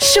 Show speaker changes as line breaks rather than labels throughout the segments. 是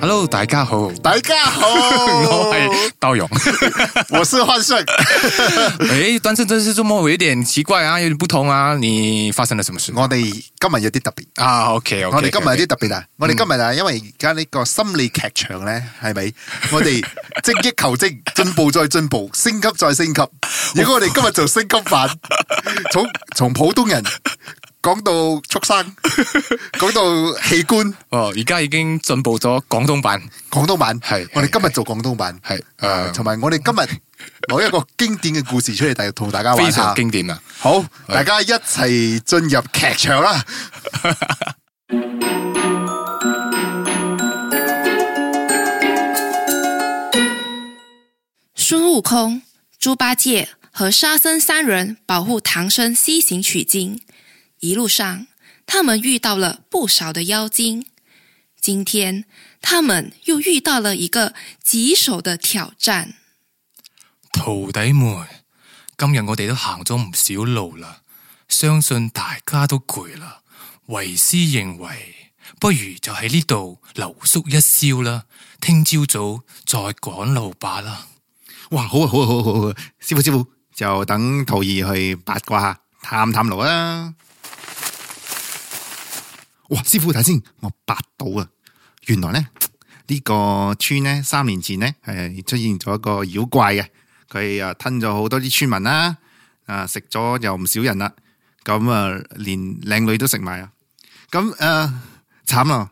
Hello，大家好，
大家好，
我系刀 勇。
我是幻胜。
诶，单身真是这么有一点奇怪啊，有点不同啊，你发生了什么事
我哋今日有啲特 別，
啊？OK，, o k
我哋今日有啲特別啊！我哋今日啊，因為而家呢個心理劇場咧，係咪？ 我哋精益求精，進步再進步，升級再升級。如果我哋今日就升級 版，從從普通人講到畜 生，講到器官，
哦，而家已經進步咗廣東版，
廣東版
係
我哋今
係
日做廣東版，
係
誒，
誒
同埋我哋今日攞一個經典嘅故事出嚟，大同大家玩
非
下
常。經典啊！
好，大家一齊進入劇場啦！
孙悟空、猪八戒和沙僧三人保护唐僧西行取经，一路上他们遇到了不少的妖精。今天他们又遇到了一个棘手的挑战。
徒弟們，今日我哋都行咗唔少路啦，相信大家都攰啦。為師認為，不如就喺呢度留宿一宵啦，聽朝早再趕路吧啦。
哇，好啊，好啊，好啊，好啊，師傅，師傅，就等徒兒去八卦下，探探路啊！哇，師傅睇先，我八到啊！原來咧呢、個村咧三年前咧係出現咗一個妖怪嘅，佢啊吞咗好多啲村民啦，啊食咗又唔少人啦，咁啊連靚女都食埋啊！咁誒慘啦，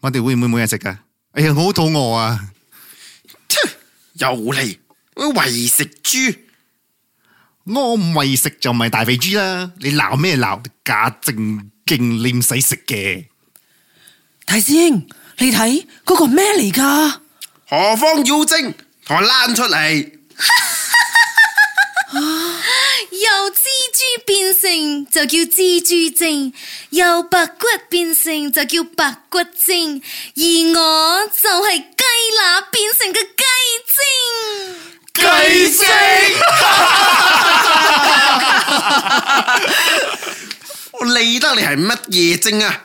我哋會唔會冇嘢食噶？哎呀，我好肚餓啊！
又嚟，為食豬，
我唔喂食就唔係大肥豬啦，你鬧咩鬧？假正經你唔使食嘅，
大師兄，你睇嗰個咩嚟噶？
何方妖精，同我攋出嚟！
由蜘蛛變性就叫蜘蛛精，由白骨變性就叫白骨精，而我就係雞乸變成嘅雞精。
雞精，我理得你係乜嘢精啊？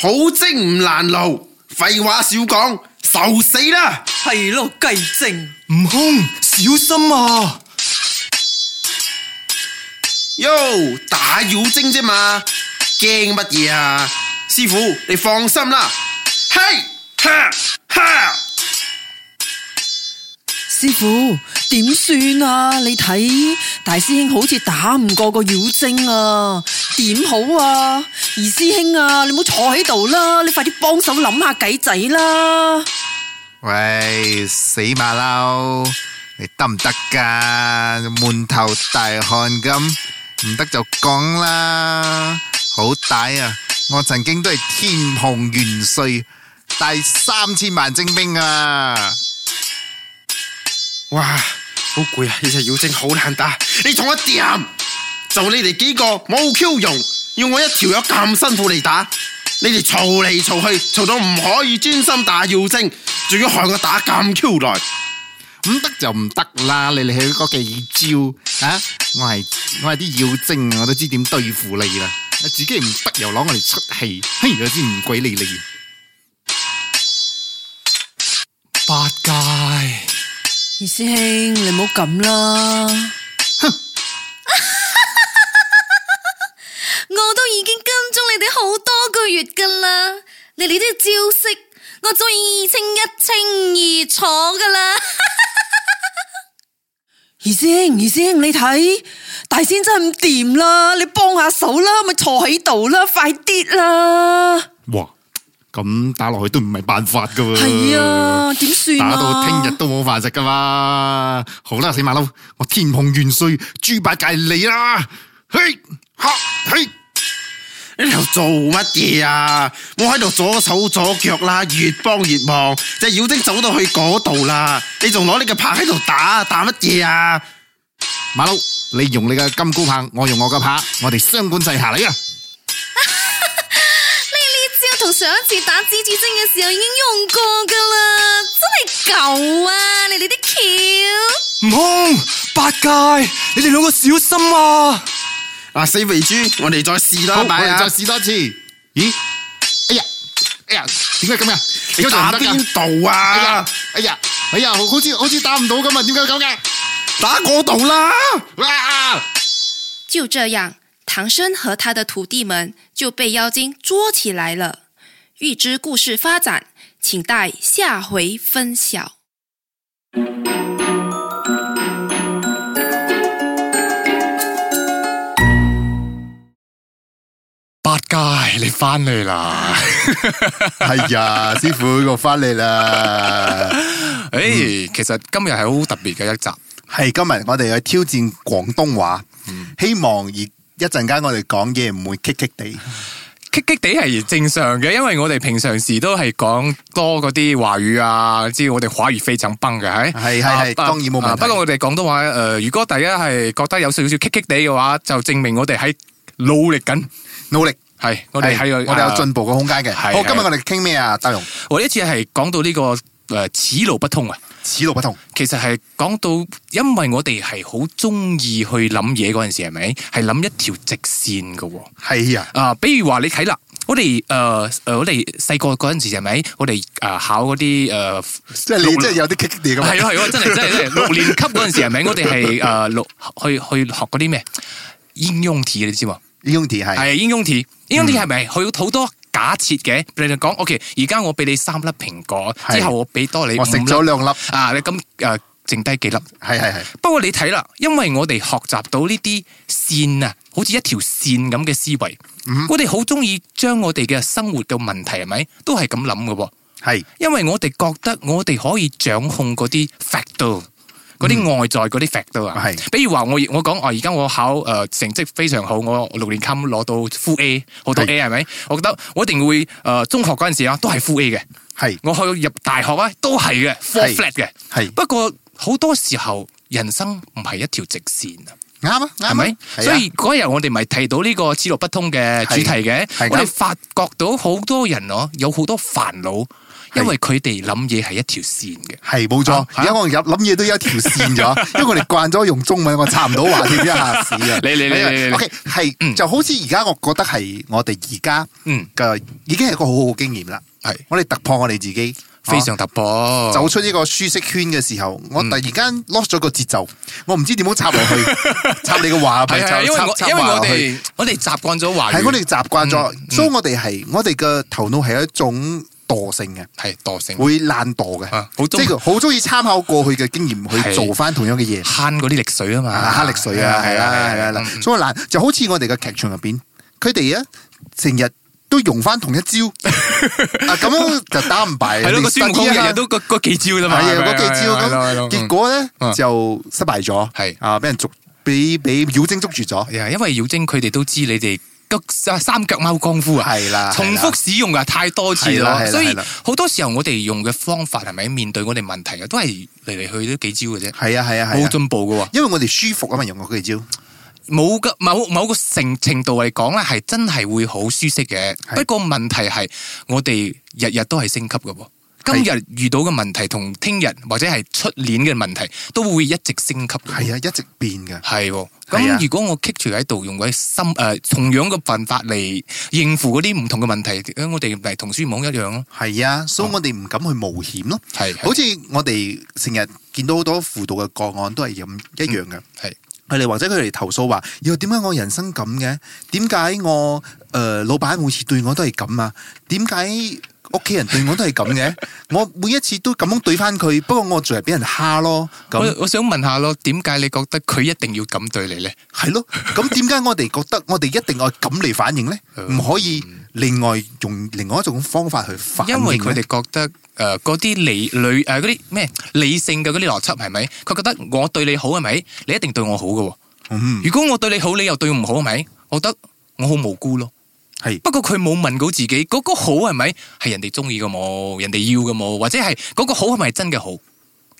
好精唔難勞，廢話少講，受死啦！
係咯，雞精。
悟空，小心啊！
喲，打妖精啫嘛，驚乜嘢啊？師傅，你放心啦。嘿，哈，哈。
師傅點算啊？你睇大師兄好似打唔過個妖精啊，點好啊？二師兄啊，你唔好坐喺度啦，你快啲幫手諗下計仔啦！
喂死馬騮，你得唔得噶？滿頭大汗咁，唔得就講啦。好歹啊，我曾經都係天蓬元帥，帶三千萬精兵啊！
哇，好攰啊！呢只妖精好難打，你同我掂，就你哋幾個冇 Q 用，要我一條友咁辛苦嚟打，你哋嘈嚟嘈去，嘈到唔可以專心打妖精，仲要害我打咁 Q 耐。
唔得就唔得啦，你嚟去嗰幾招啊！我係我係啲妖精，啊我都知點對付你啦。啊自己唔得又攞我嚟出氣，嘿，有啲唔鬼理你。
八戒，
二師兄，你唔好咁啦，
我都已經跟蹤你哋好多個月噶啦，你哋啲招式我早已一清一清二楚噶啦。
二師兄，二師兄，你睇大仙真係唔掂啦，你幫下手啦，咪坐喺度啦，快啲啦！
哇，咁打落去都唔係辦法噶喎。
係啊點算啊
打到聽日都冇飯食噶嘛。好啦，死馬騮，我天蓬元帥豬八戒你
啊
啦，嘿，吓，嘿。
你喺度做乜嘢啊？我喺度左手左腳啦，越幫越忙，隻妖精走到去嗰度啦，你仲攞你嘅拍喺度打，打乜嘢啊？
馬騮，你用你嘅金箍棒，我用我嘅棒，我哋雙管齊下嚟啊！
啊！同上一次打蜘蛛精嘅時候已經用過噶啦，真係舊啊！你哋啲橋，
悟空、八戒，你哋兩個小心啊！
嗱，死肥豬，我哋再試
好，
啦，
我
拜
哋
啊
再！試多次。咦？哎呀，哎呀，點解咁
啊
噶？
你
嗰度唔
打
得㗎
邊度
哎呀
À.
啊？，
哎呀，哎呀，好似好似打唔到咁啊？點解咁嘅？
打嗰度啦！
哇！
就这样，唐僧和他的徒弟们就被妖精捉起来了。欲知故事发展，请待下回分晓。
八戒，你翻嚟 啦！
系啊，師傅我翻嚟啦。Ừ.
诶、其實今日係好特別嘅一集，
係今日我哋去挑戰廣東話，
Ừ.
希望而一陣間我哋講嘢唔會棘棘地。
棘棘地係正常嘅，因為我哋平常時都係講多嗰啲華語啊，即係我哋華語非常崩嘅，係
係係係
啊
當然冇問題
啊不過我哋廣東話诶、呃如果大家係覺得有少少棘棘地嘅話，就證明我哋喺努力緊，
努力，
係我哋喺
係我哋有進步嘅空間嘅。
係
好，
係
今日我哋傾咩啊？德容，
我呢次係講到呢、個个呃此路不通啊。
此路不通。
其實係講到，因為我哋係好中意去諗嘢嗰陣時，係咪係諗一條直線嘅喎？
係啊，
啊，比如話你睇啦，我哋誒誒，我哋細個嗰陣時係咪？我哋誒、呃考嗰啲誒，
即係你真係有啲棘棘地咁。啊
係咯係咯，真係真係 真係六年級嗰陣時係咪？我哋係誒六去去學嗰啲咩應用題，你知嘛？
Unity 係嗯
係應用題，應用題係咪佢好多假設嘅？你就講 OK，而家我俾你三粒蘋果，
係
之後我俾多你
我
五
食
粒
咗兩粒，
啊，你咁誒、呃剩低幾粒？
係係係。
不過你睇啦，因為我哋學習到呢啲線啊，好似一條線咁嘅思維，
嗯
我哋好中意將我哋嘅生活嘅問題係咪都係咁諗嘅喎？
係
因為我哋覺得我哋可以掌控嗰啲 factor。嗰啲外在嗰啲 factor 啊，
嗯係
比如話我我講哦，而家我考誒、呃成績非常好，我六年級攞到 full A，好多
係
A 係咪？我覺得我一定會誒、呃中學嗰陣時啊，都係 full A 嘅。
係
我去入大學啊，都係嘅 four
係
flat 嘅。
係
不過好多時候人生唔係一條直線啊。
啱啊，啱啊
係咪？
係啊
所以嗰日我哋咪提到呢個此路不通嘅主題嘅
係係，
我哋
啱
發覺到好多人哦，有好多煩惱，因為佢哋諗嘢係一條線嘅。
係冇錯
啊，
而家我入諗嘢都有一條 線咗，因為我哋慣咗用中文，我插唔到話添一下屎啊！
你你你你你
OK 係
嗯
就好似而家我覺得係我哋而家
嗯
嘅已經係一個好好嘅經驗啦。
係
我哋突破我哋自己，
非常嗯突破，
啊走出呢個舒適圈嘅時候，我突然間 lost 咗個節奏，我唔知點樣插落去， 插你嘅話咪
係係，
就
因為
插
我
插
因為
話
我
落去。
哋我哋習慣咗華語，
係我哋習慣咗
嗯，嗯
所以我哋係我哋嘅頭腦係一種惰性嘅。
係惰性，
會懶惰嘅
啊，好
即
中
係好中意參考過去嘅經驗去
係
做翻同樣嘅嘢，
慳嗰啲力水啊嘛，
啊，黑力水啊，係啦係啦係
嗯
啦，所以懶就好似我哋嘅劇場入邊，佢哋啊成日都用翻同一 招，啊咁樣就打唔敗，
係咯，
你
個孫悟空
實
日
啲啊
日都嗰嗰幾招啫嘛，
係啊嗰
係
幾
係係
招咁，
係
結果咧
嗯
就失敗咗，
係
啊俾人捉，俾俾妖精捉住咗，
係啊因為妖精佢哋都知你哋急三腳貓功夫啊，
係啦，
重複使用啊，太多次
係啦係
啦，
啦
所以
係啦
好多時候我哋用嘅方法係咪面對我哋問題啊，都係嚟嚟去去都幾招嘅啫，
係啊係啊係
冇
啊，
進步嘅喎，
因為我哋舒服啊嘛，用嗰幾招，
冇嘅某某個程程度嚟講咧，係真係會好舒適嘅。
係
不過問題係我哋日日都係升級嘅喎。今日遇到嘅問題同聽日或者係出年嘅問題都會一直升級嘅喎。
係啊一直變嘅，
係喎，
係啊
咁如果我 keep 住喺度用嗰啲心誒、呃同樣嘅辦法嚟應付嗰啲唔同嘅問題，咁我哋咪同孫悟空一樣咯。
係啊，所以我哋唔敢去冒險咯。
係係
好似我哋成日見到好多輔導嘅個案都係咁一樣嘅，
係
佢哋、或者佢哋投訴話：，又點解我人生咁嘅？點解我诶、呃老闆每次對我都係咁啊？點解屋企人對我都係咁嘅？我每一次都咁樣對翻佢，不過我仲係俾人蝦咯。咁
我我想問下咯，點解你覺得佢一定要咁對你咧？
係咯，咁點解我哋覺得我哋一定要咁嚟反應呢？唔可以另外用另外一種方法去反應呢
因為佢哋覺得誒嗰啲理理誒嗰啲咩理性嘅嗰啲邏輯係咪？佢覺得我對你好係咪？你一定對我好嘅喎。
嗯
如果我對你好，你又對我唔好係咪？我覺得我好無辜咯。
係
不過佢冇問到自己嗰、個好係咪係人哋中意嘅冇，人哋要嘅冇，或者係嗰個好係咪真嘅好？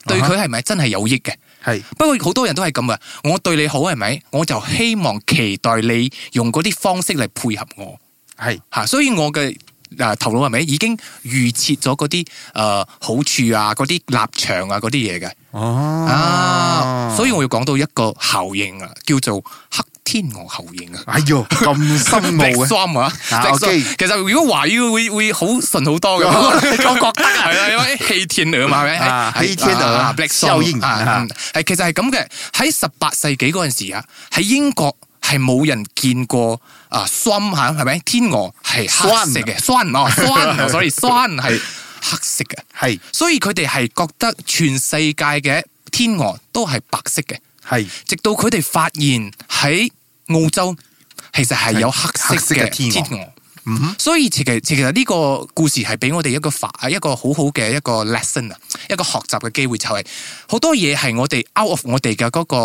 對佢係咪真係有益嘅？
係
不過好多人都係咁啊！我對你好係咪？我就希望期待你用嗰啲方式嚟配合我
係
吓，所以我嘅誒頭腦係咪已經預設咗嗰啲誒好處啊、嗰啲立場啊、嗰啲嘢嘅？
哦
啊，所以我要講到一個效應啊，叫做黑天鵝效應啊。
哎哟，咁 深
白
奧嘅，
霜啊，
啊
白霜
OK
其實如果華語會會好順好 多嘅，我覺得係啊啦，因為氣天鵝嘛，係咪？
啊
係
氣天鵝
啊，black swan
效應
啊
啊，
係其實係咁嘅。喺十八世紀嗰陣時啊，喺英國係冇人見過啊霜嚇，係咪？天鵝係黑色嘅，霜
啊
哦，霜所以霜係黑色嘅。
係
所以佢哋係覺得全世界嘅天鵝都係白色嘅，
係
直到佢哋發現喺澳洲其實係有黑
黑
色
色
嘅
嘅
天
天鵝
鵝。
嗯
所以其實其實呢個故事係俾我哋一個法一個好好嘅一個 lesson 啊，一個學習嘅機會就係、好多嘢係我哋 out of 我哋嘅嗰個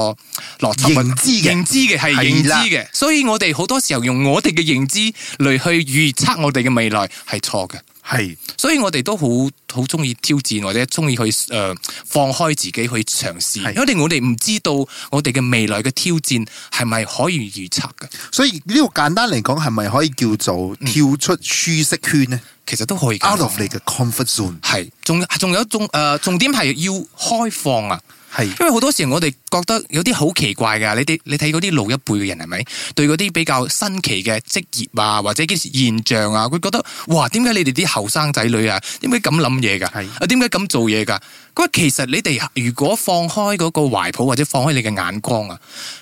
邏輯啊
認知嘅
認知嘅係
係
認知
啦
嘅，所以我哋好多時候用我哋嘅認知嚟去預測我哋嘅未來係錯嘅。
係
所以我哋都好好中意挑戰，或者中意去誒、呃放開自己去嘗試，
係
因為我哋唔知道我哋嘅未來嘅挑戰係咪可以預測嘅，
所以呢個簡單嚟講，係咪可以叫做跳出舒適圈呢
嗯其實都可以
o u t of 你嘅 comfort zone
係，仲仲有一種誒、呃重點係要開放啊！
係
因為好多時我哋覺得有啲好奇怪㗎，你哋你睇嗰啲老一輩嘅人係咪對嗰啲比較新奇嘅職業啊，或者啲現象啊，佢覺得哇，點解你哋啲後生仔女啊，點解咁諗嘢㗎？
係
啊，點解咁做嘢㗎？佢話其實你哋如果放開嗰個懷抱或者放開你嘅眼光啊，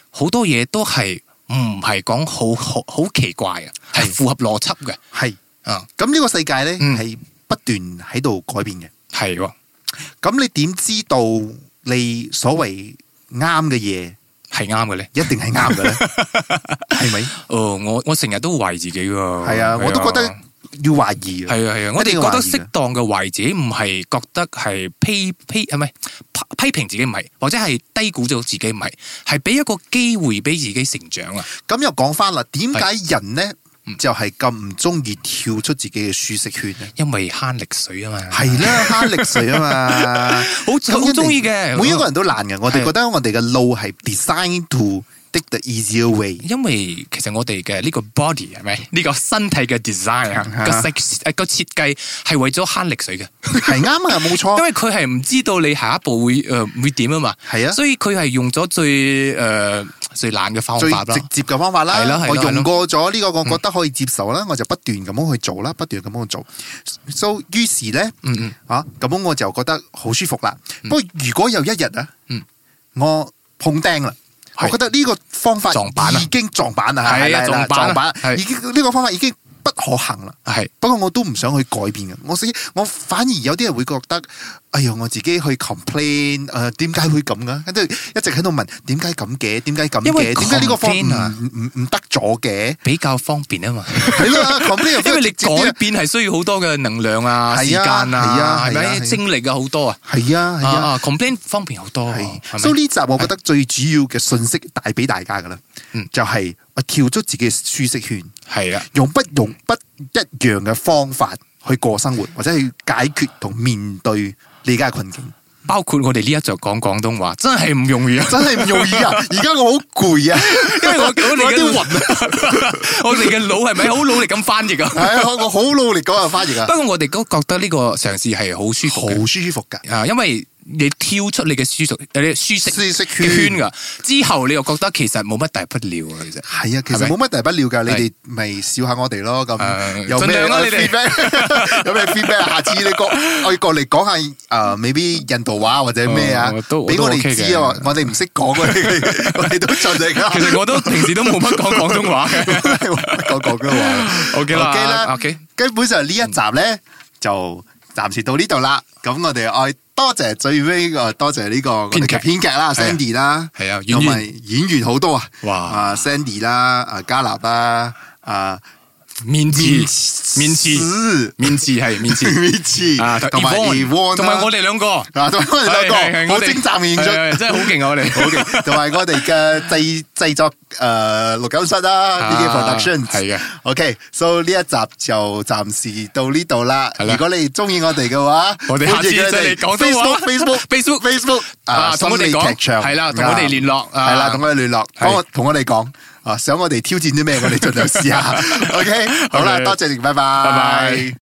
好多嘢都係唔係講好好好奇怪啊，係符合邏輯嘅
係。
啊，
咁呢個世界呢，
嗯
係不斷喺度改變嘅。
係喎，
咁你點知道你所謂啱嘅嘢
係啱嘅咧。
一定係 啱嘅咧？係咪？
哦，我我成日都懷疑自己噶，
係啊，我都覺得要懷疑啊。
哦係啊係啊，我哋
一定要
覺得
懷疑嘅
適當嘅懷疑自己，唔係覺得係批批係咪批批評自己唔係，或者係低估咗自己唔係，係俾一個機會俾自己成長啊。
咁又講翻啦，點解人呢
嗯
就係咁唔中意跳出自己嘅舒適圈呢？
因為慳力水啊嘛，
係啦，慳力水啊嘛，
好好中意嘅
每一個人都難嘅，我
係
哋覺得我哋嘅路係 designed to take the easier way。
因為其實我哋嘅呢個 body 係 咪呢個身體嘅 design 啊
啊
個設個設計係為咗慳力水嘅。
係啱啊，冇錯
因。為佢係唔知道你下一步會誒會點啊嘛，
係啊
所以佢係用咗最誒最懶嘅方
最
法啦
直。接嘅方法啦
係啦係啦，
我
係啦嗯
用過咗呢個，我覺得可以接受啦，我就不斷咁樣去做啦，不斷咁樣去做。所以於是咧
嗯嗯，
啊，咁樣我就覺得好舒服啦。不過如果有一日啊
嗯，
我碰釘啦。
係
我覺得呢個方法
撞板啊
已經撞板啦，
係啊
係啦係啦
撞板啊
撞板
係，
已經呢個方法已經不可行啦。
係
不過我都唔想去改變嘅，我死我反而有啲人會覺得，哎呀，我自己去 complain，誒點解會咁噶？跟住一直喺度問點解咁嘅，點解咁
因
嘅，
為
點解呢個方
complain 啊
唔唔唔得咗嘅？
比較方便啊嘛。
係 啦，complain 又
因
比較
為
直
你
接啲
改
啊
變係需要好多嘅能量啊、
係啊
時間
係
啊，
啊
係
係啊
咪
係啊
精力啊好多啊？
係啊係
啊
啊
啊，complain 方便好多啊，
係，
係
所以
咪？
呢集我覺得最主要嘅信息帶俾大家噶啦
嗯，
就係我跳出自己嘅舒適圈，
係啊啦，
用不用不一樣嘅方法去過生活，或者去解決同面對你而家嘅困境。
包括我哋呢一集講廣東話，真係唔容易啊！
真係唔容易 啊！而家我好攰啊，
因為我我哋嘅
有啲
暈啊， 我哋嘅腦係咪好努力咁翻譯啊？
係啊，我我好努力講下翻譯
不
啊，
過我哋都覺得呢個嘗試係好舒服
好
嘅。
舒服噶，
啊，因為你跳出你嘅舒適，你嘅舒
舒
適
適
嘅圈
圈
噶，之後你又覺得其實冇乜大不了啊，其實。
係啊，其
係咪
實冇乜大不了噶，你
係
哋咪笑下我哋咯，
誒
咁有咩
盡量啦你哋
feedback，有咩 feedback？下次你過我哋過嚟講下誒，maybe 印度話或者咩啊
哦都，
俾
都
我
OK
哋
嘅
知啊，我哋唔 識講嗰啲，我哋都盡力啊。
其實我都平時都冇乜講廣東話嘅。
講講嘅話
OK 啦
OK 啦
OK
基本上呢一集咧就暫時到呢度啦。咁我哋愛多謝最尾個多謝呢個我哋嘅編劇
係啊
啦，Sandy 啦，
係啊演員
同埋演員好多啊，
哇
啊 Sandy 啦，啊加納啦，啊。
面子，面子，面子係面子
Mitch
啊，
同埋 Evan 啦
同埋我哋兩個，
啊，同埋我哋
係係
兩
係
個好
我哋
精湛嘅演出
係。係真係好勁啊！我哋
OK，同埋我哋嘅製製作誒錄音室啦
啊
呢啲 production
係嘅。
OK，so 呢一集就暫時到呢度啦。
係啦
如果你中意我哋嘅話，
我哋下次
歡迎你
再嚟廣東話
Facebook
Facebook
Facebook Facebook
啊同我哋
心理
講
劇場
係啦同我哋聯絡啊
係啦，同我哋聯絡，
係
幫我同我哋講啊，想我哋挑戰啲咩，我哋盡量試下。OK，好啦，
OK
多謝你，拜拜，
拜拜。